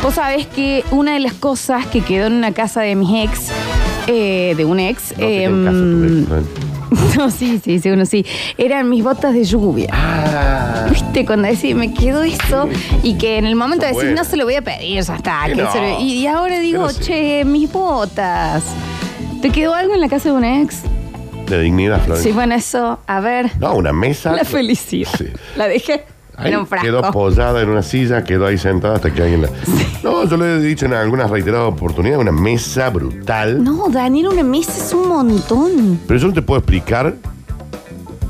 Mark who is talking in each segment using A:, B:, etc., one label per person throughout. A: Vos sabés que una de las cosas que quedó en una casa de mis ex, eh, de un ex,
B: No, te
A: eh,
B: tengo caso, tu ex, ¿no?
A: no, sí, sí, sí, uno sí, eran mis botas de lluvia.
B: Ah,
A: ¿Viste? Cuando decís, me quedo eso y que en el momento decís,
B: Bueno.
A: no se lo voy a pedir, ya está.
B: Que
A: que
B: no.
A: se lo- y, y ahora digo,
B: Pero sí.
A: che, mis botas. ¿Te quedó algo en la casa de un ex?
B: de dignidad, Florencia.
A: Sí, bueno, eso, a ver,
B: No, una mesa.
A: la felicidad.
B: Sí.
A: La dejé
B: Ahí
A: en un frasco.
B: quedó posada en una silla, quedó ahí sentada hasta que alguien la. No, yo le he dicho en algunas reiteradas oportunidades, una mesa brutal.
A: No, Daniel, una mesa es un montón.
B: Pero yo no te puedo explicar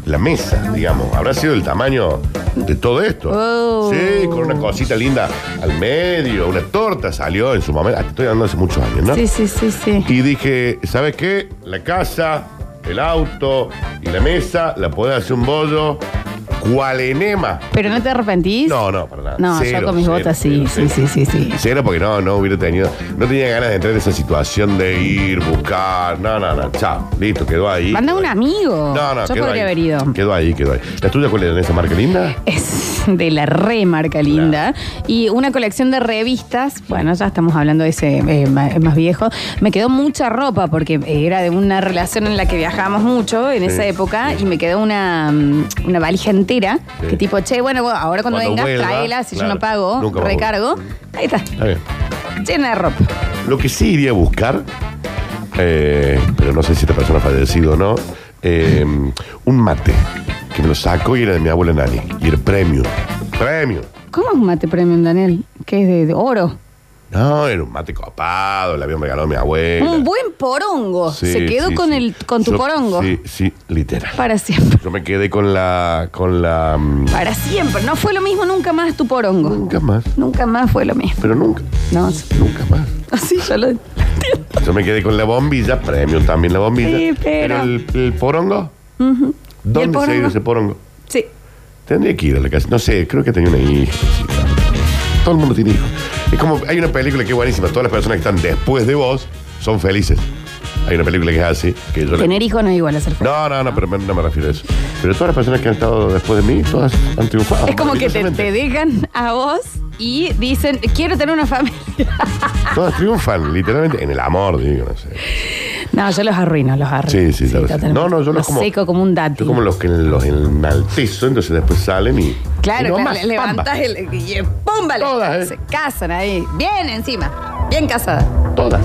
B: la mesa, digamos. Habrá sido el tamaño de todo esto.
A: Oh.
B: Sí, con una cosita linda al medio, una torta salió en su momento. Ah, te estoy hablando hace muchos años, ¿no?
A: Sí, sí, sí, sí.
B: Y dije, ¿sabes qué? La casa, el auto y la mesa, la podés hacer un bollo. ¿Cuál enema?
A: ¿Pero no te arrepentís?
B: No, no, para nada.
A: No,
B: Cero,
A: yo con mis
B: cero,
A: botas
B: cero,
A: sí,
B: cero.
A: sí, sí, sí, sí.
B: Cero porque no, no hubiera tenido, no tenía ganas de entrar en esa situación de ir, buscar, no, no, no, chao, listo, quedó ahí.
A: Manda
B: quedó
A: un
B: ahí.
A: amigo.
B: No, no,
A: Yo
B: quedó
A: podría
B: ahí.
A: haber ido.
B: Quedó ahí, quedó ahí. ¿La tuya cuál era esa marca linda?
A: Es de la remarca linda. Y una colección de revistas. Bueno, ya estamos hablando de ese eh, ma- más, viejo. Me quedó mucha ropa porque eh, era de una relación en la que viajábamos mucho en
B: Sí,
A: esa época.
B: sí.
A: Y me quedó una, mm, una valija entera.
B: Sí.
A: Que tipo, che, bueno, bueno, ahora cuando,
B: Cuando
A: vengas,
B: vuelva,
A: tráela. Si
B: claro,
A: yo no pago,
B: nunca más
A: recargo. Ahí está,
B: Está bien.
A: llena de ropa.
B: Lo que sí iría a buscar, eh, pero no sé si esta persona ha fallecido o no, eh, un mate que me lo saco y era de mi abuela Nani. Y era premium. Premium.
A: ¿Cómo es un mate premium, Daniel? Que es de, de oro.
B: No, era un mate copado, el avión me regaló mi abuela.
A: Un buen porongo.
B: Sí,
A: Se quedó
B: sí,
A: con
B: sí.
A: el con tu
B: Yo-
A: porongo.
B: Sí, sí, literal.
A: Para siempre.
B: Yo me quedé con la. con la. mm,
A: Para siempre. No fue lo mismo nunca más tu porongo.
B: Nunca más.
A: Nunca más fue lo mismo.
B: Pero nunca.
A: No,
B: Nunca más.
A: así yo lo.
B: Yo me quedé con la bombilla, premium también la bombilla.
A: Sí, pero-
B: el, el porongo. ¿Dónde
A: ¿Y el
B: se ha ido
A: porongo?
B: ese porongo?
A: Sí.
B: Tendría que ir a la casa. No sé, creo que tenía una hija. sí, claro. Todo el mundo tiene hijos. Es como, hay una película que es buenísima. Todas las personas que están después de vos son felices. Hay una película que es así. Que yo la-
A: Tener hijos no es igual a ser feliz.
B: No, no, no, pero me- no me refiero a eso. Pero todas las personas que han estado después de mí, todas han triunfado.
A: Es como que te,
B: maravillosamente.
A: te dejan a vos y dicen, quiero tener una familia.
B: Todas triunfan, literalmente, en el amor, digo, no sé.
A: No, yo los arruino, los arruino.
B: Sí, sí, ya lo sé.
A: totalmente.
B: No, no, yo los como-
A: seco como un dátil.
B: Yo como los que los enaltezo, entonces después salen y. y
A: Claro,
B: no
A: claro,
B: más,
A: le- levantás
B: pamba.
A: el. Y, ¡Pum! vale.
B: Todas, ¿eh?
A: Se casan ahí. Bien encima. Bien casada.
B: Todas.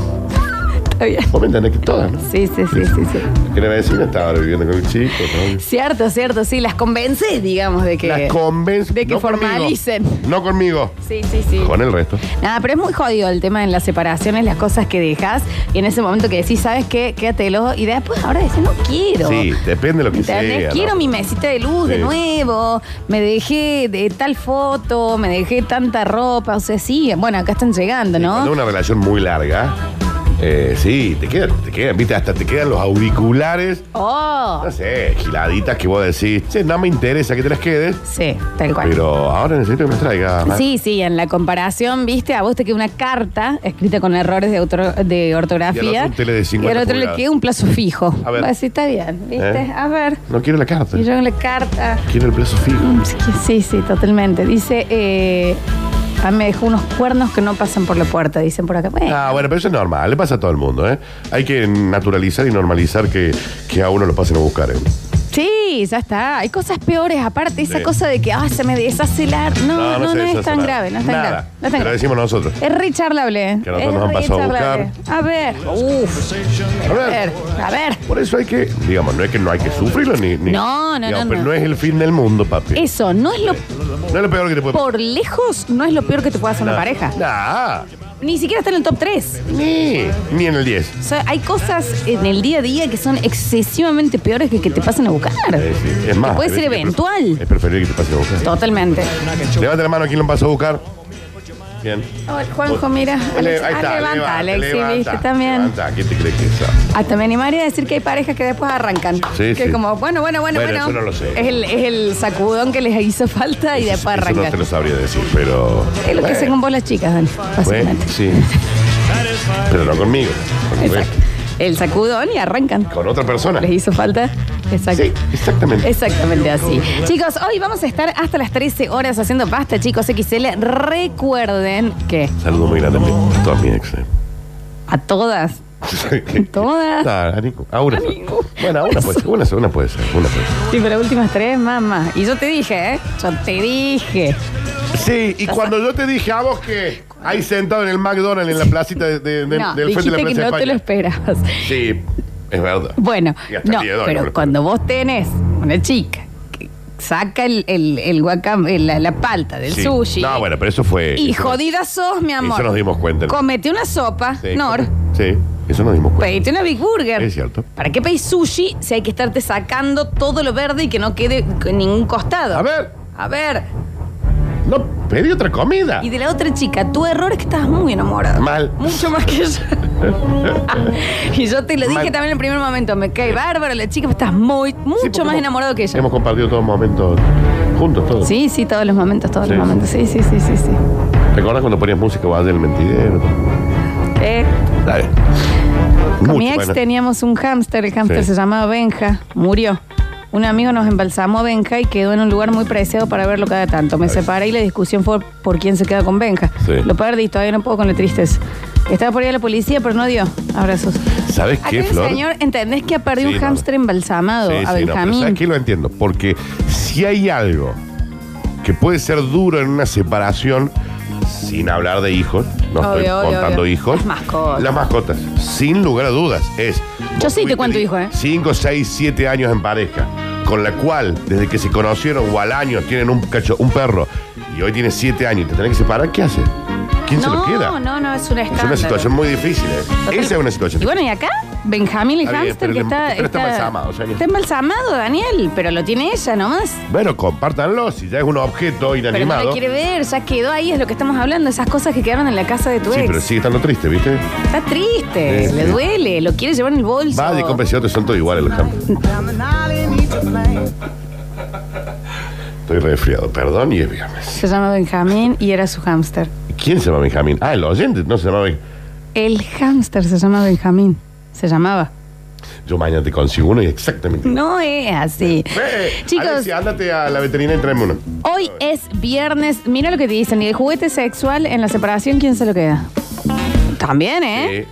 A: Está bien.
B: Vos me entendés que todas, ¿no?
A: Sí, sí, sí, sí, sí.
B: Que la vecina estaba ahora viviendo con el chico, ¿no?
A: Cierto, cierto, sí. Las convences, digamos, de que.
B: Las convence.
A: de que
B: no conmigo,
A: formalicen.
B: no conmigo.
A: Sí, sí, sí.
B: Con el resto.
A: Nada, pero es muy jodido el tema en las separaciones, las cosas que dejas y en ese momento que decís, ¿sabes qué? Quédatelo y después ahora decís, no quiero.
B: Sí, depende de lo que
A: ¿Entendés?
B: sea. ¿no?
A: Quiero mi mesita de luz de
B: Sí.
A: nuevo, me dejé de tal foto, me dejé tanta ropa, o sea, sí, bueno, acá están llegando,
B: Sí,
A: ¿no?
B: Cuando es una relación muy larga, eh, sí, te quedan, te quedan, viste, hasta te quedan los auriculares,
A: Oh,
B: no sé, giladitas que vos decís, che, no me interesa que te las quedes,
A: sí, tal cual.
B: pero ahora necesito que me las traigas. ma.
A: Sí, sí, en la comparación, viste, a vos te queda una carta escrita con errores de, otro- de ortografía.
B: Y al otro un tele de 50
A: Y al otro le
B: pulgadas.
A: queda un plazo fijo.
B: A ver.
A: Así está bien, viste,
B: ¿Eh?
A: a ver.
B: No quiero la carta,
A: Y yo en la carta.
B: quiero el plazo fijo.
A: Mm, sí, Sí, sí, totalmente. Dice, eh, ah, me dejó unos cuernos que no pasan por la puerta, dicen por acá. Bueno,
B: Ah, bueno, pero eso es normal, le pasa a todo el mundo, ¿eh? Hay que naturalizar y normalizar que, que a uno lo pasen a buscar. ¿eh?
A: Sí, ya está. Hay cosas peores, aparte, esa
B: Sí.
A: cosa de que, ah, se me deshace el ar. No, no, no,
B: se
A: es
B: deshace
A: tan
B: nada.
A: grave, no es tan
B: Nada,
A: grave. No es tan
B: te lo
A: grave.
B: decimos nosotros.
A: Es re charlable.
B: Que nosotros
A: es
B: nos han
A: re
B: pasado a
A: charlable. A ver, uf,
B: A
A: a
B: ver,
A: ver, a ver.
B: por eso hay que, digamos, no es que no hay que sufrirlo ni... ni-
A: No, no,
B: digamos,
A: no,
B: Pero
A: no.
B: no es el fin del mundo, papi.
A: Eso, no es lo,
B: No es lo peor que te puede
A: por lejos, no es lo peor que te pueda hacer una pareja.
B: Nah,
A: Ni siquiera está en el top 3.
B: ni, ni en el 10.
A: O sea, hay cosas en el día a día que son excesivamente peores que que te pasen a buscar.
B: Es, es más.
A: Que puede ser
B: es- es-
A: eventual.
B: Es preferible que te pase a buscar.
A: Totalmente.
B: Levanta la mano, ¿quién lo pasó a buscar? Bien.
A: Hola, Juanjo, mira.
B: Le-
A: Alex- ah, levanta, Alexi, viste también.
B: Levanta, ¿qué te crees que es eso?
A: Hasta me animaría a decir que hay parejas que después arrancan.
B: Sí,
A: que
B: sí.
A: como, bueno, bueno, bueno,
B: Bueno,
A: bueno.
B: eso no lo sé.
A: Es el, es el sacudón que les hizo falta y
B: Eso-
A: después
B: eso no te
A: arrancan.
B: lo sabría decir, pero...
A: es Eh, lo que
B: Bueno,
A: hacen con vos las chicas, Dani,
B: bueno,
A: básicamente.
B: sí. Pero no conmigo. con-
A: Exacto. El sacudón y arrancan.
B: Con otra persona.
A: Les hizo falta Exacto.
B: Sí, exactamente.
A: Exactamente así. Chicos, hoy vamos a estar hasta las 13 horas haciendo pasta, chicos XL. Recuerden que
B: Saludo muy grande a, mi- a todas mis ex. eh.
A: a todas. Todas.
B: Nah, a ningún- Ah, a una.
A: A ningún-
B: Bueno, a una puede ser, una, una puede ser, una puede
A: Y
B: ser.
A: para últimas tres, mamá. Y yo te dije, ¿eh? Yo te dije.
B: Sí, y cuando yo te dije a vos que ahí sentado en el McDonald's en la placita de, de- de-
A: no,
B: del
A: dijiste
B: frente de la
A: que
B: Plaza
A: no
B: de
A: te lo
B: España.
A: esperabas.
B: Sí, es verdad.
A: Bueno,
B: Y hasta el
A: no,
B: día de hoy,
A: pero
B: no lo
A: cuando vos tenés una chica que saca el, el, el guacam- el- la, la palta del
B: Sí.
A: sushi.
B: No, bueno, pero eso fue.
A: Y
B: eso-
A: jodida sos, mi amor.
B: Eso nos dimos cuenta.
A: Comete una sopa,
B: Sí,
A: Nor.
B: Sí, eso nos dimos cuenta.
A: Pedite una Big Burger.
B: Es cierto.
A: ¿Para qué pedís sushi si hay que estarte sacando todo lo verde y que no quede en ningún costado?
B: A ver,
A: A ver.
B: no pedí otra comida.
A: Y de la otra chica, tu error es que estabas muy enamorada.
B: Mal.
A: Mucho más que yo. y yo te lo dije
B: Mal.
A: también en el primer momento. Me cae bárbaro la chica, pero estás muy, mucho
B: Sí, porque
A: más
B: hemos-
A: enamorado que ella.
B: Hemos compartido todos los momentos juntos, todos.
A: Sí, sí, todos los momentos, todos
B: Sí,
A: los
B: sí.
A: momentos. Sí, sí, sí, sí, sí.
B: ¿Recuerdas cuando ponías música vas del mentidero?
A: Eh,
B: Dale.
A: con
B: Mucho,
A: mi ex
B: bueno.
A: teníamos un hámster, el hámster
B: Sí.
A: se llamaba Benja, murió. Un amigo nos embalsamó a Benja y quedó en un lugar muy preciado para verlo cada tanto. Me separé y la discusión fue por quién se queda con Benja.
B: Sí.
A: Lo perdí, todavía no puedo con la tristeza. Estaba por ahí la policía, pero no dio. Abrazos.
B: ¿Sabes qué,
A: Aquel
B: Flor?
A: señor, ¿entendés que ha perdido
B: Sí,
A: un
B: no, no.
A: hámster embalsamado
B: Sí,
A: a
B: sí, no, pero
A: Benjamín?
B: ¿Sabes qué? Lo entiendo. Porque si hay algo que puede ser duro en una separación, sin hablar de hijos, no
A: Obvio,
B: estoy
A: obvio,
B: contando
A: obvio.
B: hijos.
A: Las mascotas.
B: Las mascotas. Sin lugar a dudas. Es.
A: Yo sí te cuento hijo, ¿eh?
B: 5, 6, 7 años en pareja. Con la cual, desde que se conocieron o al año tienen un cacho, un perro, y hoy tiene 7 años y te tenés que separar, ¿qué hace? ¿Quién se lo queda?
A: no, no, no, es un
B: Es
A: estándar.
B: una situación muy difícil, ¿eh?
A: Total.
B: Esa es una situación.
A: Y bueno, ¿y acá? Benjamín el
B: Está bien,
A: hámster
B: pero
A: que
B: le-
A: está...
B: pero está embalsamado, Daniel.
A: Está embalsamado, Daniel, pero lo tiene ella nomás.
B: Bueno, compártanlo, si ya es un objeto
A: Pero no la
B: inanimado.
A: quiere ver, ya quedó ahí, es lo que estamos hablando, esas cosas que quedaron en la casa de tu
B: Sí,
A: ex.
B: pero sigue estando triste, ¿viste?
A: Está triste,
B: Sí,
A: le
B: sí.
A: duele, lo quiere llevar en el bolso.
B: Va de comprensión, te son todos iguales los campos. Estoy resfriado, perdón, y es viernes.
A: Se llama Benjamín y era su hámster.
B: ¿Quién se llama Benjamín? Ah, el oyente, no se llama Ben-
A: El hámster se llama Benjamín. Se llamaba.
B: Yo mañana te consigo uno y exactamente.
A: No es así.
B: Eh,
A: Chicos,
B: Alexia, ándate a la veterinaria y tráeme uno.
A: hoy es viernes. Mira lo que te dicen. Y el juguete sexual en la separación, ¿quién se lo queda? También, ¿eh?
B: Sí.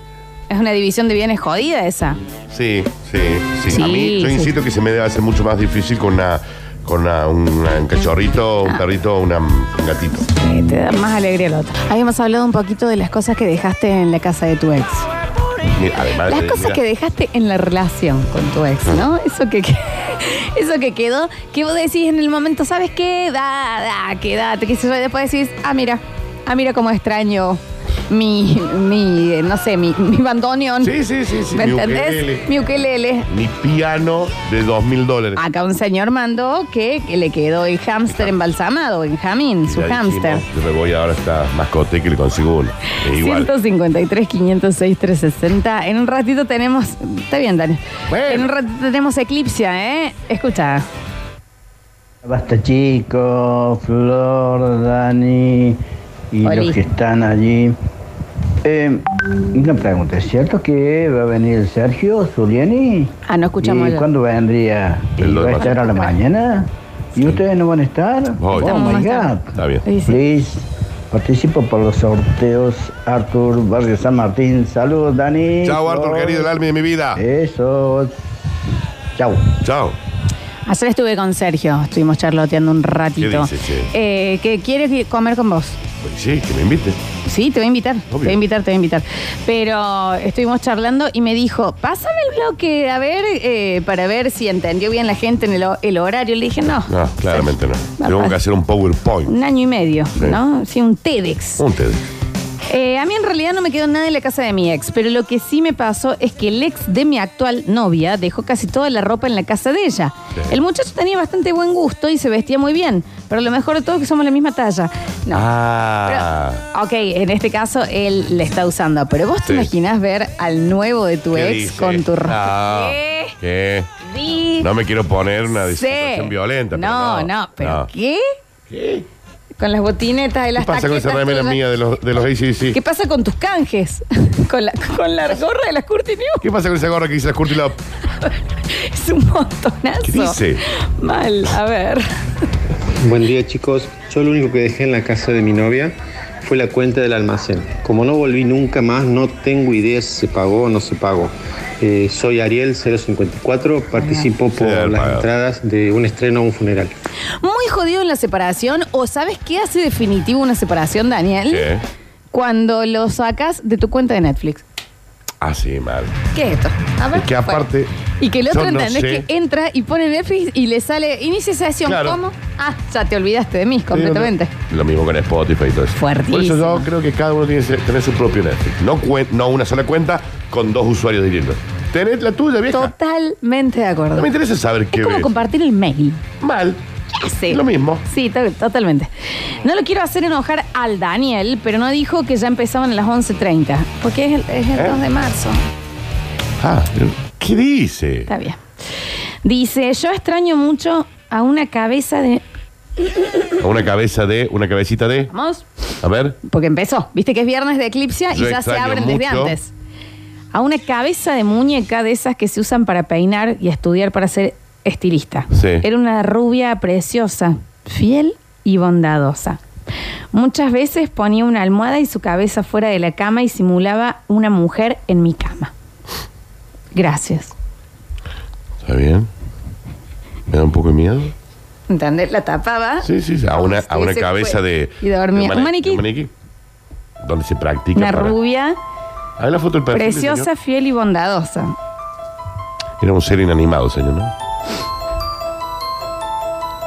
A: Es una división de bienes jodida esa.
B: Sí, sí, sí,
A: Sí,
B: A mí, yo
A: sí.
B: insisto que se me debe hacer mucho más difícil con una, con una- una- un cachorrito,
A: Ah.
B: un perrito, una- un gatito.
A: Eh, te da más alegría el otro. Habíamos hablado un poquito de las cosas que dejaste en la casa de tu ex.
B: Mira, además
A: Las
B: de-
A: cosas
B: mira, Mm.
A: que dejaste en la relación con tu ex, ¿no? Eso que, que- eso que quedó, que vos decís en el momento, ¿sabes qué? Da, da, quédate, qué sé yo, y después decís, ah, mira, ah, mira cómo extraño mi, mi, eh, no sé, mi, mi bandoneón.
B: Sí, sí, sí, sí.
A: ¿Me
B: mi
A: entendés?
B: ukelele.
A: Mi ukelele.
B: Mi piano de dos mil dólares.
A: Acá un señor mandó que, que le quedó el hámster embalsamado, Benjamín, su
B: Ya dijimos,
A: hámster.
B: Yo me voy ahora a esta mascote que le consigo uno. Es Eh, igual.
A: 153, 506, 360. En un ratito tenemos. Está bien, Dani.
B: Bueno.
A: En un ratito tenemos eclipsia, ¿eh? Escucha.
C: Basta chicos, Flor, Dani y
A: Oli.
C: los que están allí. Eh, una pregunta, ¿es cierto que va a venir Sergio Zuliani?
A: Ah, no escuchamos
C: ¿Y
A: ya.
C: cuándo vendría?
B: El
C: ¿Y
B: lunes
C: ¿Va a
B: pasado.
C: estar a la mañana? ¿Y ustedes no van a estar?
B: Voy.
C: Oh
A: Estamos
C: my
A: más
C: God.
B: Está bien.
A: Sí, sí.
C: Please, participo por los sorteos Artur Barrio San Martín. Saludos, Dani.
B: Chao, Arthur,
C: Flor.
B: querido, el alma de mi vida.
D: Eh.
C: Eso. Chao.
B: Chao.
A: Ayer estuve con Sergio, estuvimos charloteando un ratito.
B: ¿Qué dice, che?
A: Eh, que quiere que- comer con vos.
B: Pues sí, que me inviten.
A: Sí, te voy a invitar.
B: Obvio.
A: Te voy a invitar, te voy a invitar. Pero estuvimos charlando y me dijo, pásame el bloque, a ver, eh, para ver si entendió bien la gente en el, ho- el horario. Le dije, no.
B: No, claramente no.
A: Papá.
B: Tengo que hacer un PowerPoint.
A: Un año y medio,
B: Sí.
A: ¿no? Sí, un TEDx.
B: Un TED.
A: Eh, a mí en realidad no me quedó nada en la casa de mi ex, pero lo que sí me pasó es que el ex de mi actual novia dejó casi toda la ropa en la casa de ella.
B: Sí.
A: El muchacho tenía bastante buen gusto y se vestía muy bien, pero lo mejor de todo es que somos la misma talla. No.
B: Ah.
A: Pero, ok, en este caso él le está usando, pero vos te
B: Sí.
A: imaginás ver al nuevo de tu
B: ¿qué
A: ex
B: dice?
A: con tu ropa.
B: No,
A: ¿Qué?
B: ¿Qué?
A: Di-
B: No me quiero poner una
A: sé.
B: situación violenta. pero
A: No, no, pero ¿qué?
B: ¿Qué?
A: Con las botinetas de
B: ¿Qué
A: las
B: pasa con esa
A: taquetas
B: remera
A: tuyas.
B: mía de los, de los ACDC?
A: ¿Qué pasa con tus canjes? con, la, con la gorra de las Curti News.
B: ¿Qué pasa con esa gorra que dice la Curti Love?
A: es un montonazo.
B: ¿Qué dice?
A: Mal, a ver.
E: Buen día chicos, yo lo único que dejé en la casa de mi novia fue la cuenta del almacén. Como no volví nunca más, no tengo idea si se pagó o no se pagó. Eh, soy Ariel 054, participo por
B: Sí,
E: las
B: pagado.
E: entradas de un estreno o un funeral.
A: Muy jodido en la separación, o ¿sabes qué hace definitivo una separación, Daniel?
B: ¿Qué?
A: Cuando lo sacas de tu cuenta de Netflix.
B: Ah, sí, mal.
A: ¿Qué es esto? A ver,
B: Y que aparte,
A: bueno. Y que el otro
B: yo no
A: entendés
B: sé.
A: que entra y pone Netflix y le sale inicia sesión.
B: Claro.
A: ¿Cómo? Ah, ya te olvidaste de mí completamente.
B: Lo mismo con Spotify y todo eso.
A: Fuertísimo.
B: Por eso yo creo que cada uno tiene que tener su propio Netflix. No, cuen- no una sola cuenta con dos usuarios directos. Tened la tuya, vieja.
A: Totalmente de acuerdo.
B: No me interesa saber qué
A: es como
B: ves.
A: compartir el mail.
B: Mal.
A: ¿Qué hace?
B: Lo mismo.
A: Sí, to- totalmente. No lo quiero hacer enojar al Daniel, pero no dijo que ya empezaban a las 11.30. Porque es el, es el
B: ¿Eh?
A: 2 de marzo.
B: Ah, pero ¿qué dice?
A: Está bien. Dice, yo extraño mucho a una cabeza de...
B: A Una cabeza de, una cabecita de.
A: Vamos.
B: A ver.
A: Porque empezó. Viste que es viernes de eclipsia y
B: Yo
A: ya se
B: extraño
A: abren desde
B: mucho.
A: antes. A una cabeza de muñeca de esas que se usan para peinar y estudiar para ser estilista.
B: Sí.
A: Era una rubia preciosa, fiel y bondadosa. Muchas veces ponía una almohada y su cabeza fuera de la cama y simulaba una mujer en mi cama. Gracias.
B: Está bien. Me da un poco de miedo.
A: ¿Entendés? La tapaba.
B: Sí, sí, sí. A una, a una
A: Estuviese
B: cabeza de.
A: Y dormía.
B: de
A: Un
B: mane-
A: maniquí.
B: de Donde se practica.
A: Una
B: para-
A: rubia
B: A ver la foto del perfil,
A: preciosa,
B: señor.
A: fiel y bondadosa.
B: Era un ser inanimado, señor, ¿no?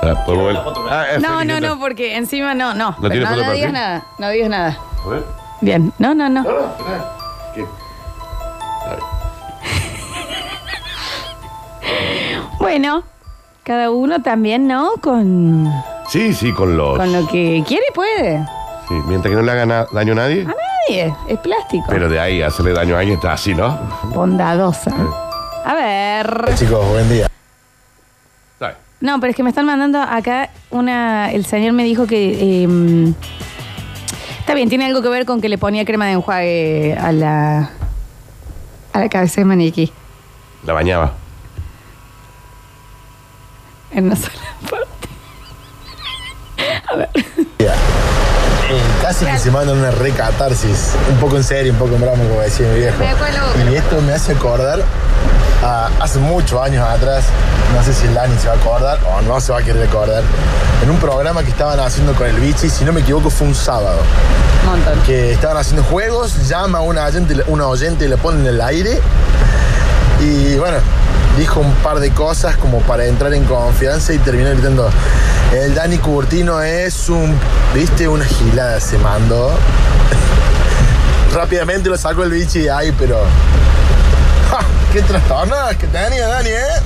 B: Ah, ¿podemos ver? Ah, es
A: No,
B: feliz,
A: no,
B: ¿no?
A: no, porque encima no, no.
B: ¿No tiene
A: Pero
B: foto
A: no,
B: de
A: digas
B: perfil?
A: nada, no digas nada.
B: A ver.
A: Bien, no, no, no.
B: No, no, espera. ¿Qué? A ver.
A: Bueno, cada uno también, ¿no? Con,
B: Sí, sí, con los.
A: con lo que quiere y puede.
B: Sí, mientras que no le haga na- daño a nadie.
A: A nadie, es plástico.
B: Pero de ahí hacerle daño a alguien está así, ¿no?
A: Bondadosa.
B: Eh.
A: A ver.
F: Chicos, buen día.
B: Está bien.
A: No, pero es que me están mandando acá una. El señor me dijo que. eh, está bien, tiene algo que ver con que le ponía crema de enjuague a la. a la cabeza de maniquí.
B: La bañaba.
A: En una sola parte.
F: Eh, casi que se mandan una recatarsis. Un poco en serio, un poco en broma, como decía mi viejo.
A: Me acuerdo.
F: Y esto me hace acordar a hace muchos años atrás. No sé si Lani se va a acordar o no se va a querer acordar. En un programa que estaban haciendo con el bichi, si no me equivoco, fue un sábado.
A: Montón.
F: que estaban haciendo juegos, llama a una oyente, una oyente y le pone en el aire. Y bueno, dijo un par de cosas como para entrar en confianza y terminó gritando, el Dani Cubertino es un, viste, una gilada se mandó. Rápidamente lo sacó el bichi de ahí, pero... ¡Ja! ¡Qué trastornadas que tenía Dani, eh!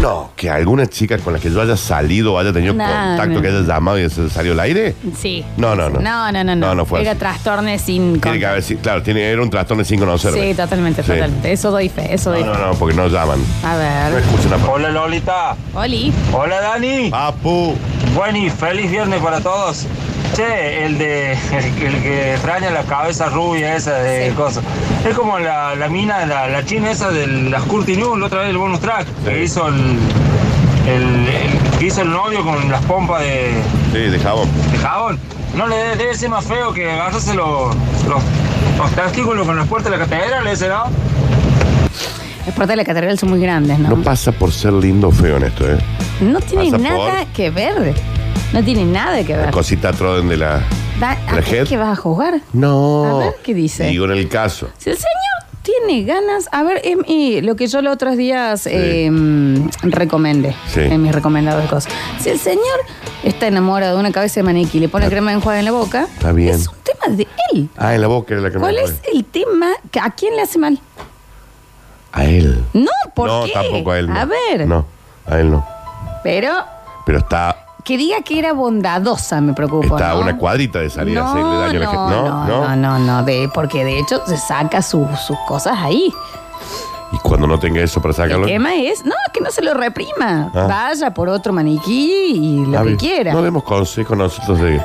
B: No, que alguna chica con la que yo haya salido o haya tenido
A: No,
B: contacto,
A: no.
B: que haya llamado y se salió al aire.
A: Sí.
B: No, no, no.
A: No, no, no. No,
B: No, no fue
A: Era
B: así.
A: trastorno sin.
B: Tiene que haber, sí, claro, tiene, era un trastorno sin conocer.
A: Sí, totalmente, totalmente. Eso doy fe, eso doy
B: No,
A: fe.
B: no, no, porque no llaman.
A: A
B: No
A: ver.
B: escuchan a
G: Hola Lolita,
A: Oli.
G: hola
H: Ah.
G: Dani.
B: Papu.
G: Bueno y feliz viernes para todos. Che, el de el, el que extraña la cabeza rubia esa de
A: Sí.
G: cosas. Es como la, la mina, la, la china esa de las Curti News, la otra vez el bonus track, que hizo el, el- el- que hizo el novio con las pompas de,
B: Sí, de jabón.
G: de jabón. No le de- debe ser más feo que agarrarse los, los, los testículos con las puertas de la catedral ese, ¿no?
A: Las puertas de la catedral son muy grandes, ¿no?
B: No pasa por ser lindo o feo en esto, ¿eh?
A: No tiene
B: pasa
A: nada
B: por-
A: que ver. No tiene nada que
B: La
A: ver.
B: cosita troden de la.
A: Da- ¿A
B: la
A: qué
B: head.
A: es que vas a jugar?
B: No.
A: A ver, ¿qué dice?
B: Digo en el caso.
A: Si el señor tiene ganas, a ver, es mi- lo que yo los otros días eh, recomendé,
B: Sí.
A: en mis recomendados de cosas. Si el señor está enamorado de una cabeza de maniquí y le pone crema de enjuague en la boca,
B: Ah. Está bien.
A: es un tema de él.
B: Ah, en la boca era la que me
A: ¿Cuál es el tema? que- ¿A quién le hace mal?
B: A él.
A: No, ¿por
B: no,
A: qué?
B: tampoco a él. no.
A: A ver.
B: No, a él no.
A: Pero
B: Pero está
A: que diga que era bondadosa me preocupa.
B: Está a
A: ¿no?
B: una cuadrita de salir a
A: No,
B: hacerle daño a la
A: no,
B: gente.
A: No, no, no, no, de, porque de hecho se saca su- sus cosas ahí.
B: Y cuando no tenga eso para sacarlo.
A: El tema es, no, que no se lo reprima.
B: Ah.
A: Vaya por otro maniquí y lo
B: A
A: que
B: ver,
A: quiera.
B: No demos consejos nosotros de.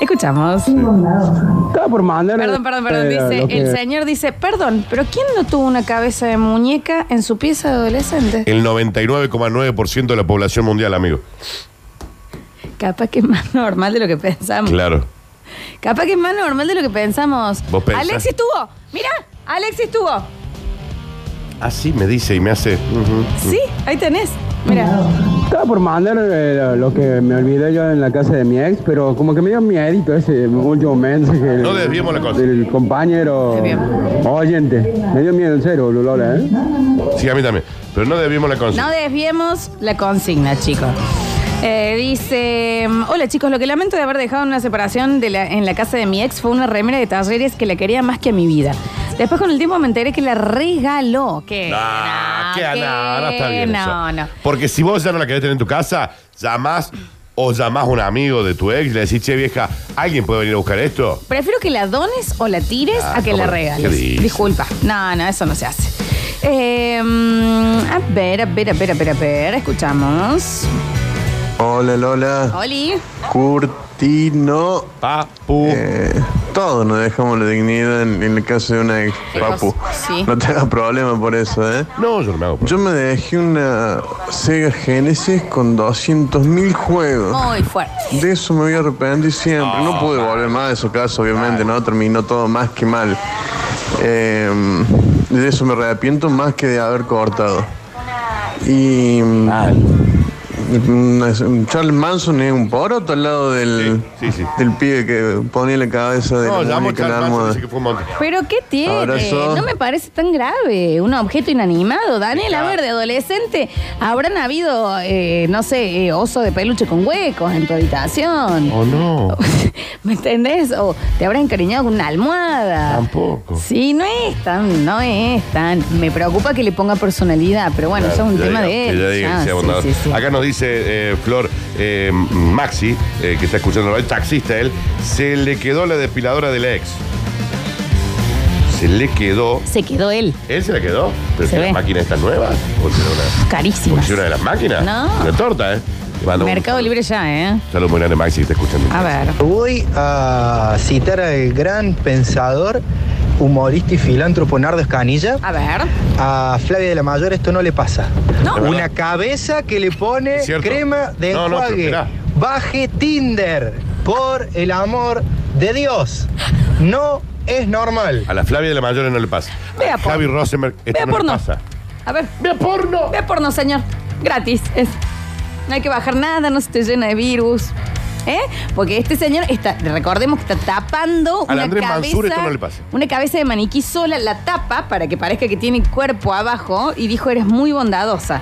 A: Escuchamos.
I: Estaba por mandar.
A: Perdón, perdón, perdón.
I: Era
A: Dice,
I: lo que-
A: el señor dice, perdón, pero ¿quién no tuvo una cabeza de muñeca en su pieza de adolescente?
B: El 99,9% de la población mundial, amigo.
A: Capaz que es más normal de lo que pensamos.
B: Claro.
A: Capaz que es más normal de lo que pensamos.
B: ¿Vos pensás? Mm.
A: Alexis tuvo, mira, Alexis tuvo.
B: Así me dice y me hace. ujú.
A: Sí, ahí tenés. Mira,
I: Estaba por mandar eh, lo- lo que me olvidé yo en la casa de mi ex, pero como que me dio miedito ese último mensaje. del-
B: No desviemos la cosa.
I: Del compañero
A: Desviemos.
I: oyente. Me dio miedo en cero, Lola, ¿eh?
B: Sí, a mí también. Pero no debimos la
A: no
B: consigna.
A: desviemos la consigna, chicos. Eh, dice, hola chicos, lo que lamento de haber dejado en una separación de la- en la casa de mi ex fue una remera de talleres que la quería más que a mi vida. Después con el tiempo me enteré que la regaló. Que
B: Ah, qué nada, no está bien.
A: no,
B: eso.
A: no.
B: Porque si vos ya no la querés tener en tu casa, llamás o llamás a un amigo de tu ex y le decís, che, vieja, ¿alguien puede venir a buscar esto?
A: Prefiero que la dones o la tires
B: Ah,
A: a que
B: ¿cómo?
A: la
B: ¿Qué
A: regales.
B: dices?
A: Disculpa. No, no, eso no se hace. Eh, a ver, a ver, a ver, a ver, a ver. Escuchamos.
J: Hola Lola,
A: Oli.
J: Curtino.
B: Papu.
J: Eh, todos nos dejamos la dignidad en, en el caso de una ex, papu.
A: Sí.
J: No te hagas problema por eso, ¿eh?
B: No, yo no me hago. problema.
J: Yo me dejé una Sega Genesis con 200.000 juegos.
A: Muy fuerte.
J: De eso me voy a arrepentir siempre.
B: Ah,
J: No pude volver más a esos casos, obviamente, ¿no? Terminó todo más que mal. Eh, de eso me arrepiento más que de haber cortado. Y. Mm, Charles Manson es un poroto al lado del,
B: Sí, sí, sí.
J: del pibe que ponía la cabeza de
B: No,
J: la
B: llamo a
J: muñeca en la
B: Charles Manson,
J: almohada.
B: dice que fue un montón.
A: Pero ¿qué tiene?
J: Abrazo.
A: No me parece tan grave. Un objeto inanimado. Daniel, a ver, de adolescente habrán habido, eh, no sé, eh, oso de peluche con huecos en tu habitación.
B: Oh, no.
A: ¿Me entendés? O te habrás encariñado con una almohada.
B: Tampoco.
A: Sí, no es tan, no es tan. Me preocupa que le ponga personalidad, pero bueno, eso es un
B: Ya
A: tema
B: diga-
A: de
B: que
A: él.
B: ya diga que
A: Ah,
B: sea
A: sí,
B: bondadoso.
A: sí, sí.
B: Acá nos dice eh, Flor eh, Maxi, eh, que está escuchando, el taxista él, se le quedó la depiladora de la ex. Se le quedó.
A: Se quedó él,
B: ¿Él se la quedó? ¿Pero
A: Se
B: si la
A: ve.
B: máquina está nueva? ¿O será una,
A: carísimo.
B: porque si una de las máquinas?
A: No.
B: Una torta, ¿eh? Te mando un
A: Mercado Libre ya, ¿eh?
B: Saludo muy grande, Maxi, que está escuchando.
A: A ver.
K: Voy a ah, citar al gran pensador, humorista y filántropo Nardo Escanilla.
A: A ver.
K: A Flavia de la Mayor esto no le pasa.
A: No.
K: Una cabeza que le pone
B: Es cierto.
K: crema de
B: No, no, pero
K: enjuague.
B: esperá.
K: Baje Tinder, por el amor de Dios. No es normal.
B: A la Flavia de la Mayores no le pasa.
A: Vea
B: a
A: por-
B: Javi Rosenberg, esto
A: Vea
B: no le
A: porno.
B: pasa.
A: A ver.
B: ¡Vea porno!
A: Vea porno, señor. Gratis. Es. No hay que bajar nada, no se te llena de virus. ¿Eh? Porque este señor está, recordemos que está tapando
B: Al
A: una
B: Andrés
A: cabeza.
B: Mansur esto no le pasa.
A: Una cabeza de maniquí sola, la tapa para que parezca que tiene cuerpo abajo y dijo, eres muy bondadosa.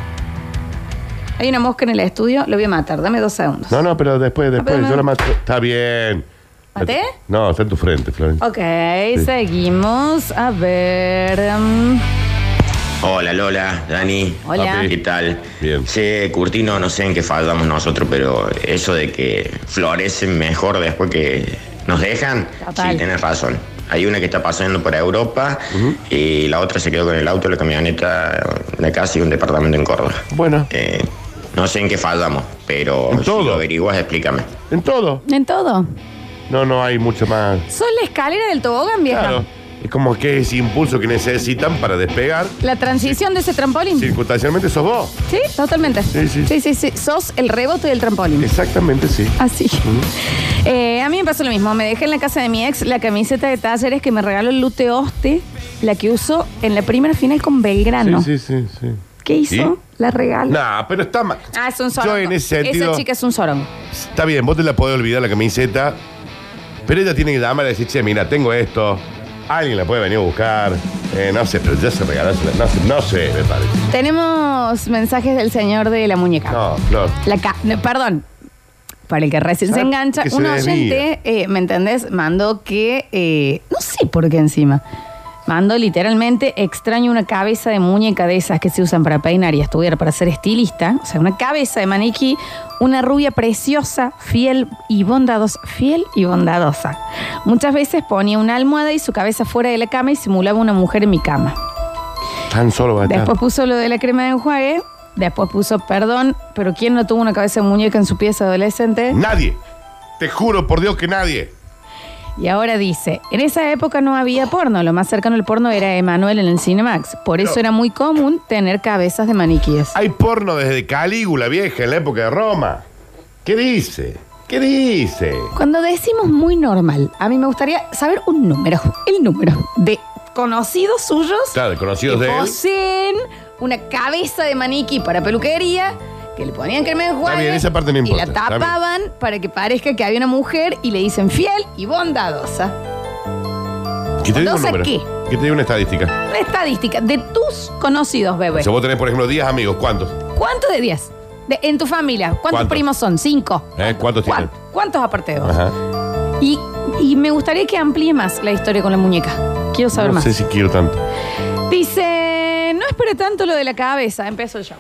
A: Hay una mosca en el estudio, lo voy a matar, dame dos segundos.
B: No, no, pero después, después,
A: Ah, pero
B: yo
A: no.
B: la mato. Está bien.
A: ¿Maté?
B: No, está en tu frente, Florencia.
A: Ok, seguimos. A ver. mm,
H: Hola Lola, Dani.
A: hola.
B: Papi.
H: ¿Qué tal?
B: Bien.
H: Sé, Curtino, no sé en qué fallamos nosotros, pero eso de que florecen mejor después que nos dejan,
A: Total.
H: sí, tienes razón. Hay una que está pasando por Europa y la otra se quedó con el auto, la camioneta, la casa y un departamento en Córdoba.
B: Bueno,
H: Eh, no sé en qué fallamos, pero
B: En
H: si
B: todo.
H: lo averiguas, explícame.
B: en todo.
A: En todo.
B: No, no hay mucho más.
A: Son la escalera del tobogán, vieja.
B: Claro. Es como que ese impulso que necesitan para despegar.
A: La transición de ese trampolín.
B: Circunstancialmente sos vos.
A: Sí, totalmente.
B: Sí, sí.
A: sí, sí. Sos el rebote del trampolín.
B: Exactamente, sí.
A: Así. Eh, a mí me pasó lo mismo. Me dejé en la casa de mi ex la camiseta de talleres que me regaló el Lute Oste, la que usó en la primera final con Belgrano.
B: Sí, sí, sí, sí.
A: ¿Qué hizo?
B: ¿Sí?
A: La regaló.
B: Nah, pero está mal.
A: Ah, es un sorón.
B: Yo en ese sentido.
A: Esa chica es un sorón.
B: Está bien, vos te la podés olvidar la camiseta. Pero ella tiene que llamar y decir, che, mira, tengo esto. Alguien la puede venir a buscar. Eh, no sé, pero ya se regaló. se la- No sé, no sé, me parece.
A: Tenemos mensajes del señor de la muñeca.
B: No, Flor.
A: La ca- no, perdón. Para el que recién se
B: ¿Sabes
A: engancha,
B: por qué se
A: un
B: desvía?
A: oyente, eh, ¿me entendés? Mandó que, eh, no sé por qué encima, mandó literalmente, extraño una cabeza de muñeca de esas que se usan para peinar y estudiar para ser estilista, o sea, una cabeza de maniquí, una rubia preciosa, fiel y bondadosa, fiel y bondadosa. Muchas veces ponía una almohada y su cabeza fuera de la cama y simulaba una mujer en mi cama.
B: Tan solo va a estar.
A: Después puso lo de la crema de enjuague. Después puso, perdón, pero ¿quién no tuvo una cabeza de muñeca en su pieza adolescente?
B: Nadie. Te juro por Dios que nadie.
A: Y ahora dice, en esa época no había porno, lo más cercano al porno era Emanuel en el Cinemax. Por eso era muy común tener cabezas de maniquíes.
B: Hay porno desde Calígula vieja, en la época de Roma. ¿Qué dice? ¿Qué dice?
A: Cuando decimos muy normal, a mí me gustaría saber un número, el número de conocidos suyos
B: Claro, de conocidos de
A: que
B: él.
A: poseen una cabeza de maniquí para peluquería, que le ponían crema de enjuague
B: bien, esa parte no
A: y
B: importa,
A: la
B: está bien.
A: tapaban para que parezca que había una mujer y le dicen fiel y bondadosa.
B: Que te diga un
A: Entonces,
B: número.
A: ¿qué?
B: Que te diga una estadística.
A: Una estadística de tus conocidos, bebé.
B: Si vos tenés, por ejemplo, 10 amigos, ¿cuántos?
A: ¿Cuántos de 10? De- en tu familia, ¿cuántos,
B: ¿Cuántos?
A: primos son? ¿Cinco?
B: ¿Eh? ¿Cuántos tienen?
A: ¿Cuántos aparte de vos?
B: Ajá.
A: Y, y me gustaría que amplíe más la historia con la muñeca. Quiero saber
B: No
A: más.
B: sé si quiero tanto.
A: Dice, no es para tanto lo de la cabeza. Empiezo yo.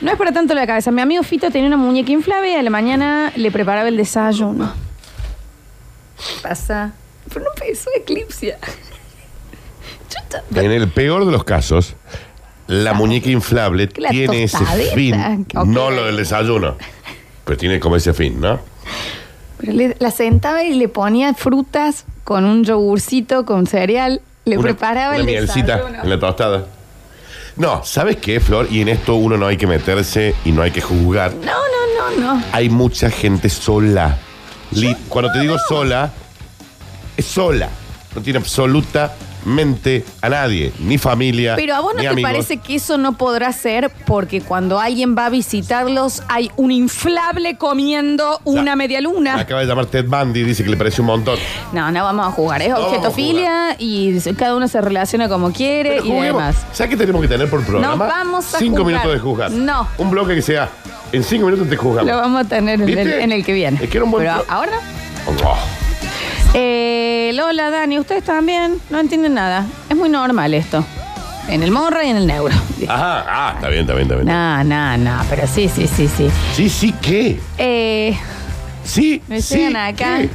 A: No es para tanto lo de la cabeza. Mi amigo Fito tenía una muñeca inflable y a la mañana le preparaba el desayuno. ¿Qué pasa? Pero no pensó eclipsia. Chuta.
B: En el peor de los casos, la muñeca inflable
A: La
B: tiene ese
A: tostadita,
B: fin,
A: ok.
B: no lo del desayuno, pero tiene como ese fin, ¿no?
A: Pero le- la sentaba y le ponía frutas con un yogurcito, con cereal. Le
B: Una-
A: preparaba
B: una
A: el
B: mielcita
A: desayuno.
B: en la tostada. No, ¿sabes qué, Flor? Y en esto uno no hay que meterse y no hay que juzgar.
A: No, no, no, no.
B: Hay mucha gente sola. Li- Cuando te digo sola, es sola. No tiene absolutamente a nadie, ni familia.
A: Pero a vos no
B: ni
A: te
B: amigos.
A: parece que eso no podrá ser porque cuando alguien va a visitarlos hay un inflable comiendo una media luna.
B: Acaba de llamar Ted Bundy, dice que le parece un montón.
A: No, no vamos a jugar, es
B: No vamos a
A: objetofilia y cada uno se relaciona como quiere
B: Pero
A: y
B: juguemos.
A: demás.
B: ¿Sabes qué tenemos que tener por programa?
A: No vamos a
B: Cinco
A: juzgar.
B: minutos de juzgar.
A: No.
B: Un bloque que sea, en cinco minutos te juzgamos.
A: Lo vamos a tener en el,
B: ¿Viste?
A: en el que viene.
B: Es que era un buen
A: Pero
B: pro-
A: ahora.
B: Oh,
A: Eh, Lola, Dani, ustedes también no entienden nada. Es muy normal esto. En el morra y en el neuro.
B: Ajá, ah, está bien, está bien, está bien.
A: No, no, no, pero sí, sí, sí, sí.
B: Sí, sí, ¿qué?
A: Eh,
B: Sí,
A: Me
B: sí,
A: llegan acá.
B: ¿qué?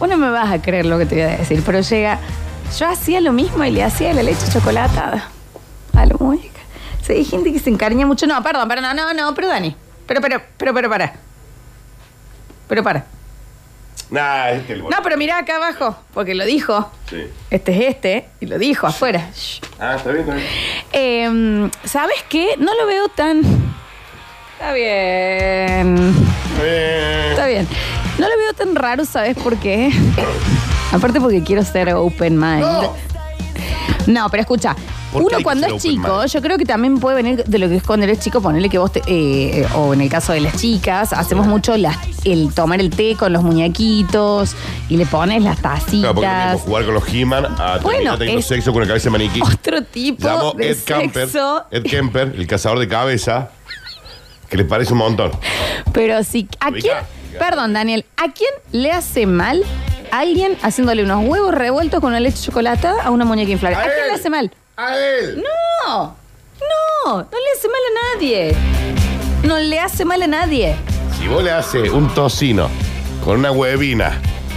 A: Vos no me vas a creer lo que te voy a decir, pero llega. Yo hacía lo mismo y le hacía la leche chocolatada a la muñeca. Sí, hay gente que se encariña mucho. No, perdón, pero no, no, no, pero Dani. Pero, pero, pero, pero, para. Pero para.
B: Nah, este es el
A: No, pero mirá acá abajo, porque lo dijo.
B: Sí.
A: Este es este, y lo dijo afuera. Shh.
B: Ah, está bien, está bien.
A: Eh, ¿Sabes qué? No lo veo tan. Está bien.
B: Está bien.
A: Está bien. No lo veo tan raro, ¿sabes por qué? Aparte porque quiero ser open mind. No, pero escucha.
B: ¿Por qué hay
A: Uno
B: que
A: cuando
B: ser
A: es
B: open
A: chico,
B: mind?
A: yo creo que también puede venir de lo que es cuando eres chico, ponerle que vos, te- eh, o en el caso de las chicas, hacemos mucho las- el tomar el té con los muñequitos y le pones las
B: Claro, porque no
A: tacitas.
B: podemos jugar con los He-Man a
A: Bueno,
B: terminar teniendo
A: es-
B: sexo con la cabeza de maniquí.
A: Otro tipo
B: Llamó
A: de
B: Ed Kemper,
A: sexo.
B: Ed Kemper, el cazador de cabeza, que le parece un montón.
A: Pero si. ¿A
B: Ubicá,
A: quién?
B: ubicá.
A: Perdón, Daniel. ¿A quién le hace mal alguien haciéndole unos huevos revueltos con una leche chocolatada a una muñeca inflable? ¿A,
B: ¡A
A: quién
B: él!
A: le hace mal?
B: ¡A él!
A: No. No. No le hace mal a nadie. No le hace mal a nadie.
B: Si vos le haces un tocino con una huevina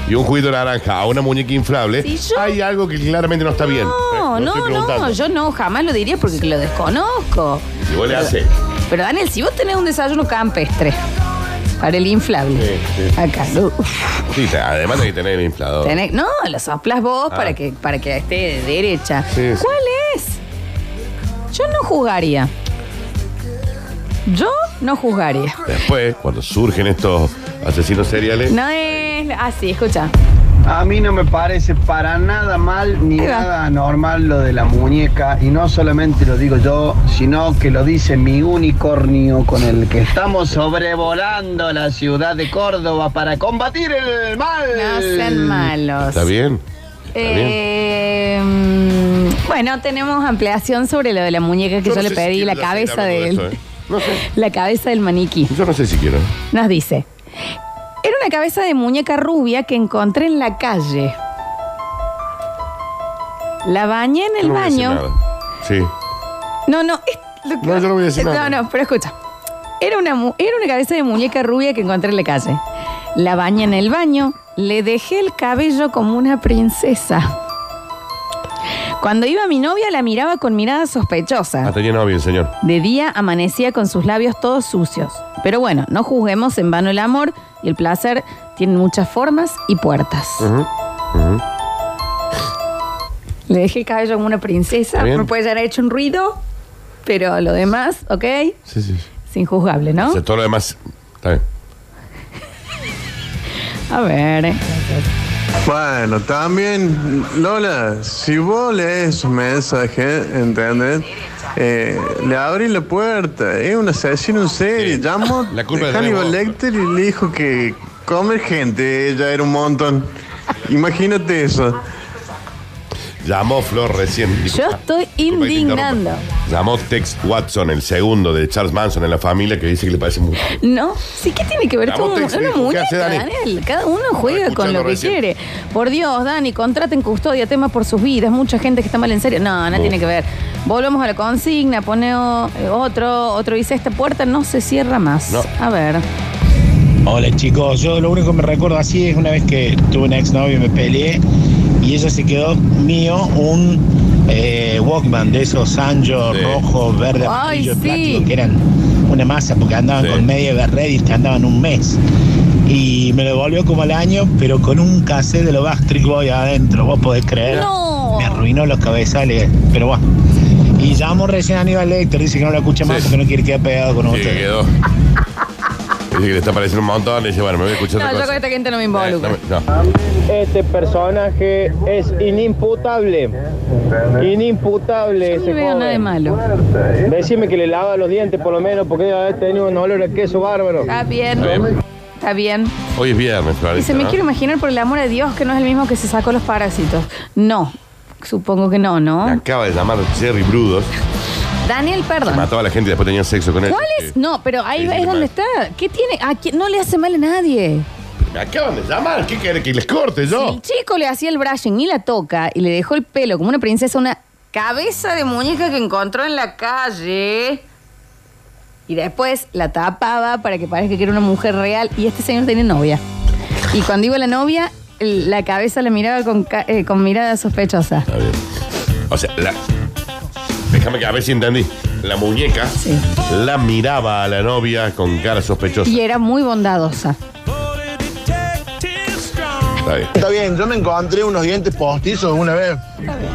B: y un juguito de naranja a una muñeca inflable,
A: Si yo-
B: hay algo que claramente no está bien.
A: No,
B: Eh, lo estoy
A: no,
B: preguntando.
A: no. Yo no jamás lo diría porque lo desconozco.
B: Si vos le haces.
A: Pero Daniel, si vos tenés un desayuno campestre para el inflable.
B: Sí, sí.
A: Acá. uf.
B: Sí, te- además hay que tener el inflador.
A: Tenés- no, lo soplás vos
B: Ah.
A: para, que, para que esté derecha.
B: Sí, sí.
A: ¿Cuál es? Yo no jugaría. Yo no jugaría.
B: Después, cuando surgen estos asesinos seriales,
A: No es así, escucha.
K: A mí no me parece para nada mal ni
A: Ahí va.
K: nada anormal lo de la muñeca y no solamente lo digo yo, sino que lo dice mi unicornio con el que estamos sobrevolando la ciudad de Córdoba para combatir el mal.
A: No sean malos.
B: ¿está bien? ¿Está bien?
A: Eh, mm, bueno, tenemos ampliación sobre lo de la muñeca que yo,
B: no
A: le
B: sé si
A: pedí,
B: quiero
A: la
B: ya
A: cabeza
B: seguir
A: de
B: hablando
A: él.
B: esto, ¿eh? No sé.
A: La cabeza del maniquí.
B: Yo no sé si quiero.
A: Nos dice, era una cabeza de muñeca rubia que encontré en la calle. La bañé en el
B: Yo no voy a decir
A: baño.
B: nada. Sí.
A: No, no, es lo que-
B: No, yo no voy a decir
A: No,
B: nada.
A: no, pero escucha. Era una, mu- era una cabeza de muñeca rubia que encontré en la calle. La bañé en el baño, le dejé el cabello como una princesa. Cuando iba mi novia la miraba con mirada sospechosa.
B: Ah, tenía novio, el señor.
A: De día amanecía con sus labios todos sucios. Pero bueno, no juzguemos en vano el amor y el placer tienen muchas formas y puertas. Le dejé el cabello como una princesa.
B: Está bien.
A: Me puede haber hecho un ruido, pero lo demás, ¿ok?
B: Sí, sí.
A: Es injuzgable, ¿no?
B: O sea, todo lo demás. Está bien.
A: A ver. eh.
J: Bueno, también, Lola, si vos lees esos mensajes, ¿entendés? Eh, le abrí la puerta, es un asesino en serie. Llamó
B: La culpa
J: de
B: la tenés
J: Hannibal
B: vos.
J: Lecter y le dijo que comer gente, ella era un montón. Imagínate eso.
B: Llamó Flor recién.
A: Yo
B: Disculpa.
A: estoy
B: Disculpa que te interrumpa.
A: indignando.
B: Llamó Tex Watson, el segundo de Charles Manson en la familia, que dice que le parece mucho.
A: No, sí, ¿qué tiene que ver
B: Vamos,
A: todo?
B: te
A: Una
B: explico. ¿Qué
A: muñeca,
B: hace Dani?
A: Daniel. Cada uno juega
B: Estaba
A: con lo que
B: escuchando
A: quiere. Por Dios, Dani, contraten custodia, temas por sus vidas. Mucha gente que está mal en serio. No, nada
B: No.
A: tiene que ver. Volvamos a la consigna, pone o- eh, otro, otro dice, esta puerta no se cierra más.
B: No.
A: A ver.
D: Hola chicos, yo lo único que me recuerdo así es una vez que tuve una exnovia y me peleé y ella se quedó mío un eh, Walkman de esos Sanjo
B: Sí.
D: rojo, verde,
A: Ay,
D: amarillo y
A: sí.
D: plástico que eran una masa porque andaban
B: Sí.
D: con media red y te andaban un mes. Y me lo devolvió como al año, pero con un cassette de los Backstreet Boys adentro, vos podés creer.
A: No.
D: Me arruinó los cabezales, pero bueno. Y llamo recién a Aníbal Lecter, dice que no lo escucha más
B: Sí.
D: porque no quiere quedar pegado con
B: Sí,
D: ustedes.
B: que quedó. Dice que le está pareciendo un montón. Le dice, bueno, me voy a escuchar
A: No,
B: otra
A: yo con
B: cosa.
A: esta gente no me involucro.
B: Eh, no, no.
K: Este personaje es inimputable. Inimputable
A: Yo no le veo nada de malo.
K: Decime que le lava los dientes por lo menos porque debe haber tenido un olor a queso bárbaro.
A: Está bien.
B: Está bien.
A: Está bien.
B: Hoy es viernes, Florita.
A: Y se me
B: ¿no?
A: quiere imaginar, por el amor de Dios, que no es el mismo que se sacó los parásitos. No. Supongo que no, ¿no?
B: Me Acaba de llamar Jerry Brudos.
A: Daniel,
B: que
A: perdón.
B: Mataba a la gente y después tenía sexo con él.
A: ¿Cuál es?
B: Eh,
A: No, pero ahí
B: Sí, sí,
A: es donde
B: mal.
A: está. ¿Qué tiene? ¿A quién? No le hace mal a nadie.
B: Me acaban de llamar. ¿Qué quiere que les corte
A: Si
B: yo?
A: el chico le hacía el brushing y la toca y le dejó el pelo como una princesa, una cabeza de muñeca que encontró en la calle. Y después la tapaba para que parezca que era una mujer real. Y este señor tiene novia. Y cuando digo la novia, el- la cabeza la miraba con, ca- eh, con mirada sospechosa.
B: Está bien. O sea, la... déjame que a ver si entendí. La muñeca
A: Sí.
B: la miraba a la novia con cara sospechosa.
A: Y era muy bondadosa.
B: Está bien.
F: Está bien, yo me encontré unos dientes postizos una vez,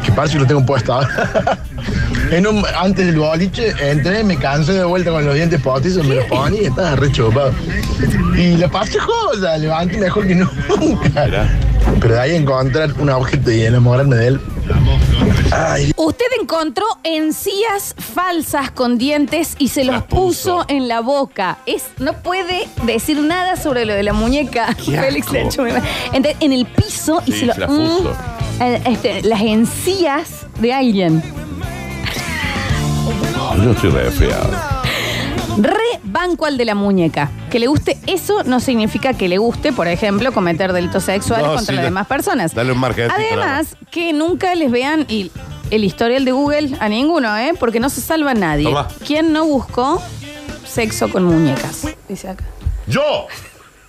F: que parece que los tengo puestos ahora. En un- antes del boliche entré, me cansé de vuelta con los dientes postizos, me los poní y estaba re chupado. Y la pasé joya, levanté mejor que nunca.
B: Mirá.
F: Pero de ahí encontrar un objeto y enamorarme de él. Ay,
A: Usted encontró encías falsas con dientes y se los
B: Las puso.
A: puso en la boca. Es, no puede decir nada sobre lo de la muñeca.
B: Qué
A: Félix
B: asco.
A: le echó una- Entonces, en el piso y
B: Sí,
A: se lo
B: se las puso.
A: Mm, eh, este, las encías de alguien.
B: Yo estoy re fiado.
A: Re banco al de la muñeca. Que le guste eso no significa que le guste, por ejemplo, cometer delitos sexuales
B: No,
A: contra
B: sí,
A: las
B: da-
A: demás personas.
B: dale un marcadito,
A: Además, que nunca les vean y el historial de Google a ninguno, ¿eh? Porque no se salva nadie.
B: Tomá.
A: ¿Quién no buscó sexo con muñecas? Dice acá.
B: Yo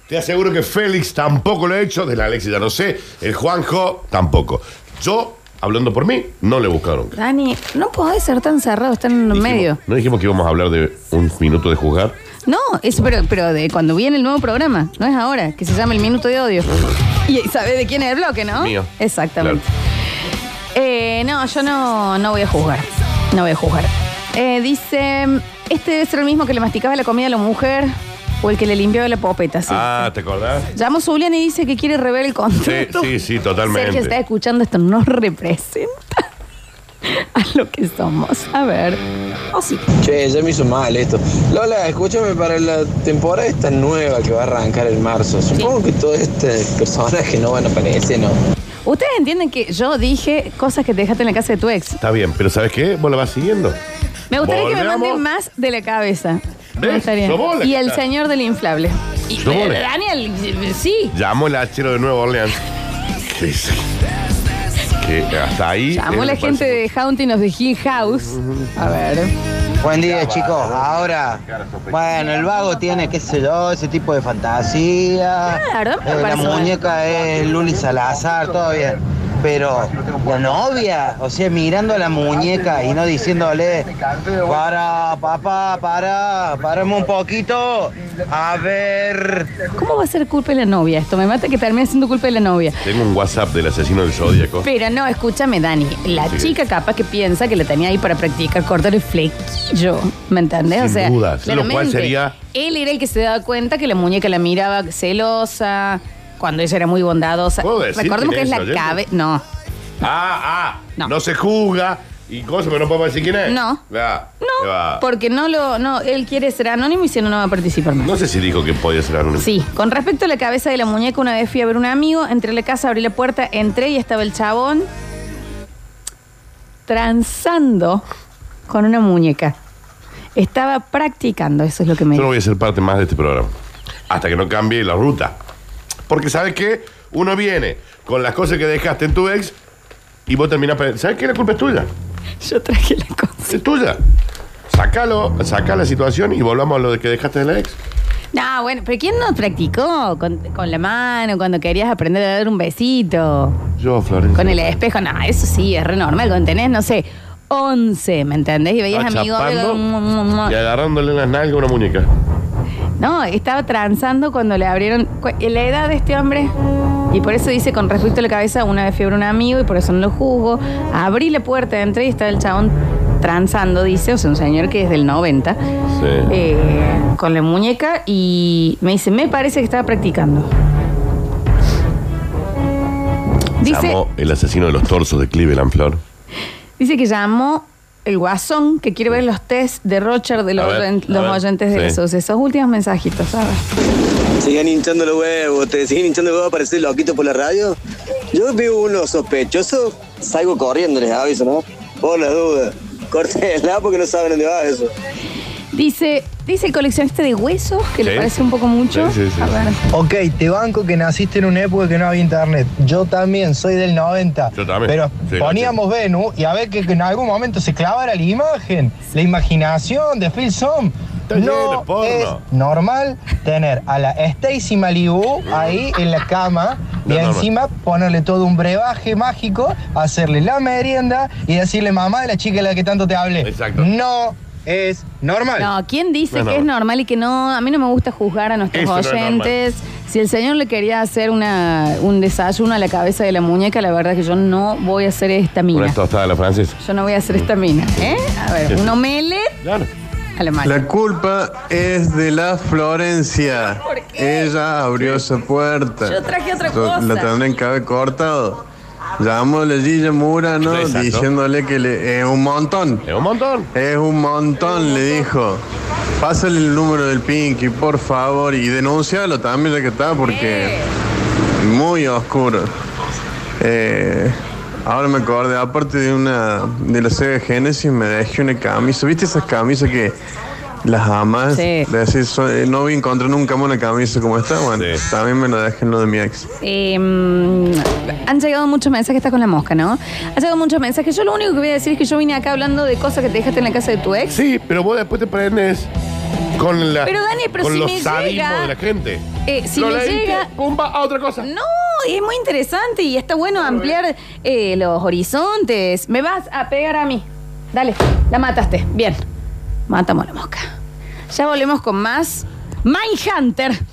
B: te aseguro que Félix tampoco lo he hecho, del Alexis ya no sé, el Juanjo tampoco. Yo, hablando por mí, no le he buscado nunca.
A: Dani, no podés ser tan cerrado, están en el
B: Dijimos-
A: medio.
B: ¿No dijimos que íbamos a hablar de un minuto de juzgar?
A: No, es, pero, pero de cuando viene el nuevo programa, no es ahora, que se llama El Minuto de Odio. Y sabés de quién es el bloque, ¿no?
B: Mío.
A: Exactamente. Eh, no, yo no, no voy a juzgar. No voy a juzgar. Eh, dice, este debe ser el mismo que le masticaba la comida a la mujer o el que le limpiaba la popeta, sí.
B: Ah, ¿te acordás?
A: Llamó Julián y dice que quiere rever el
B: Sí,
A: contrato.
B: sí, sí,
A: Sergio está
B: totalmente.
A: escuchando esto, no representa a lo que somos. A ver. Oh, sí.
K: Che, ya me hizo mal esto. Lola, escúchame para la temporada esta nueva que va a arrancar en marzo. Supongo que todo este personaje no van a aparecer, ¿no?
A: Ustedes entienden que yo dije cosas que te dejaste en la casa de tu ex.
B: Está bien, pero ¿sabes qué? Vos la vas siguiendo.
A: Me gustaría que me
B: Volvemos.
A: manden más de la cabeza. Me
B: ¿Ves?
A: gustaría.
B: Sos vos la
A: Y
B: que
A: el
B: está.
A: señor del inflable. Y- eh,
B: Sos vos la-
A: Daniel, sí.
B: Llamo el hachero de Nueva Orleans. Que, dice que hasta ahí.
A: Llamó
B: eh,
A: la
B: me
A: gente
B: parece-
A: de Haunting of the Hill House. A ver.
K: Buen día, chicos. Ahora, bueno, el vago tiene, qué sé yo, ese tipo de fantasía.
A: Claro, Ah, me
K: Eh, la
A: parece mal.
K: muñeca es Luli Salazar, todo bien.
L: pero la novia, o sea, mirando a la muñeca y no diciéndole, para, papá, para, párame un poquito, a ver.
A: ¿Cómo va a ser culpa de la novia esto? Me mata que termine siendo culpa de la novia.
B: Tengo un WhatsApp del asesino del Zodíaco.
A: Pero no, escúchame, Dani. La
B: Sí.
A: chica capaz que piensa que la tenía ahí para practicar cortar el flequillo. ¿Me entendés?
B: Sin
A: o sea,
B: duda. Lo cual
A: claramente,
B: sería-
A: Él era el que se daba cuenta que la muñeca la miraba celosa, cuando ella era muy bondadosa.
B: ¿Puedo decir
A: Recordemos que
B: quién
A: es
B: es,
A: la
B: oyente?
A: cabeza. No.
B: Ah, ah, no, se juzga y cosas, pero no podemos decir quién es.
A: No.
B: no.
A: Porque no lo. No, él quiere ser anónimo y si no, no va a participar más.
B: No sé si dijo que podía ser anónimo.
A: Sí, con respecto a la cabeza de la muñeca, una vez fui a ver un amigo, entré a la casa, abrí la puerta, entré y estaba el chabón transando con una muñeca. Estaba practicando, eso es lo que me
B: Yo no
A: dijo.
B: voy a ser parte más de este programa. Hasta que no cambie la ruta. Porque, ¿sabes qué? Uno viene con las cosas que dejaste en tu ex y vos terminás. pe- ¿Sabes qué? La culpa es tuya.
A: Yo traje la cosa.
B: Es tuya. Sácalo, sacá la situación y volvamos a lo de que dejaste de la ex.
A: No, bueno, pero ¿quién no practicó con, con la mano cuando querías aprender a dar un besito?
B: Yo, Florencia.
A: Con el espejo, no, eso sí, es re normal. Cuando tenés, no sé, 11, ¿me entendés? Y veías
B: Estaba
A: amigos.
B: chapando
A: mu, mu, mu.
B: Y agarrándole las nalgas a una muñeca.
A: No, estaba transando cuando le abrieron cu- la edad de este hombre. Y por eso dice, con respecto a la cabeza, una vez fiebre un amigo y por eso no lo juzgo. Abrí la puerta, entré y estaba el chabón transando, dice, o sea, un señor que es del 90, eh, con la muñeca y me dice, me parece que estaba practicando. Dice,
B: Llamó el asesino de los torsos de Cleveland, Flor.
A: dice que llamó el guasón que quiere ver los test de Rocher de los,
M: A ver,
A: oyen-
M: a
A: los
M: ver,
A: oyentes de
M: sí.
A: esos, esos últimos mensajitos, ¿sabes?
M: Sigan hinchando los huevos, te siguen hinchando los huevos para parecer loquito por la radio. Yo veo uno sospechoso, salgo corriendo, les aviso, ¿no? Por las dudas. Cortenla porque no saben dónde va eso.
A: Dice, dice el coleccionista de huesos, que le
M: Sí.
A: parece un poco mucho.
M: Sí, sí, sí.
A: A ver.
N: Ok, te banco que naciste en una época que no había internet. Yo también soy del 90.
B: Yo también.
N: Pero
B: Sí,
N: poníamos Venus y a ver que, que en algún momento se clavara la imagen, la imaginación de Phil Som.
B: lleno de
N: No
B: porno.
N: es normal tener a la Stacy Malibu ahí en la cama
B: No
N: y
B: es normal.
N: encima ponerle todo un brebaje mágico, hacerle la merienda y decirle mamá de la chica de la que tanto te hablé. Exacto. No es normal.
A: No, ¿quién dice
N: No es
A: que es normal y que no? A mí no me gusta juzgar a nuestros
N: Eso no es
A: oyentes. si el señor le quería hacer una, un desayuno a la cabeza de la muñeca, la verdad es que yo no voy a hacer esta mina.
B: Una tostada de la francesa.
A: Yo no voy a hacer esta mina, ¿eh? A ver, un omelette a la mano.
J: La culpa es de la Florencia. Ella abrió esa puerta.
A: Yo traje otra
J: Yo-
A: cosa.
J: La tendrían que haber cortado. Llamámosle Gilla Murano
B: Exacto.
J: diciéndole que le- es un montón.
B: Es un montón.
J: Es un montón, le dijo. Pásale el número del Pinky, por favor, y denúncialo también ya que está, porque muy oscuro. Eh, ahora me acordé, aparte de una de la serie de Génesis, me dejé una camisa. ¿Viste esas camisas que las amas?
A: Sí.
J: Decís, "So- eh, no voy a encontrar nunca más una camisa como esta. Bueno, también me la dejé en lo de mi ex.
A: Eh, han llegado muchos mensajes, estás con la mosca, ¿no? Han llegado muchos mensajes. Yo lo único que voy a decir es que yo vine acá hablando de cosas que te dejaste en la casa de tu ex.
B: Sí, pero vos después te prendes con la.
A: Pero, Dani, pero
B: con
A: si
B: los
A: me
B: sadismos
A: llega-
B: de la gente.
A: Eh, si
B: Lo
A: me
B: leíste,
A: llega.
B: a otra cosa.
A: No, es muy interesante y está bueno ampliar eh, los horizontes. Me vas a pegar a mí. Dale, la mataste. Bien. Matamos la mosca. Ya volvemos con más Mindhunter.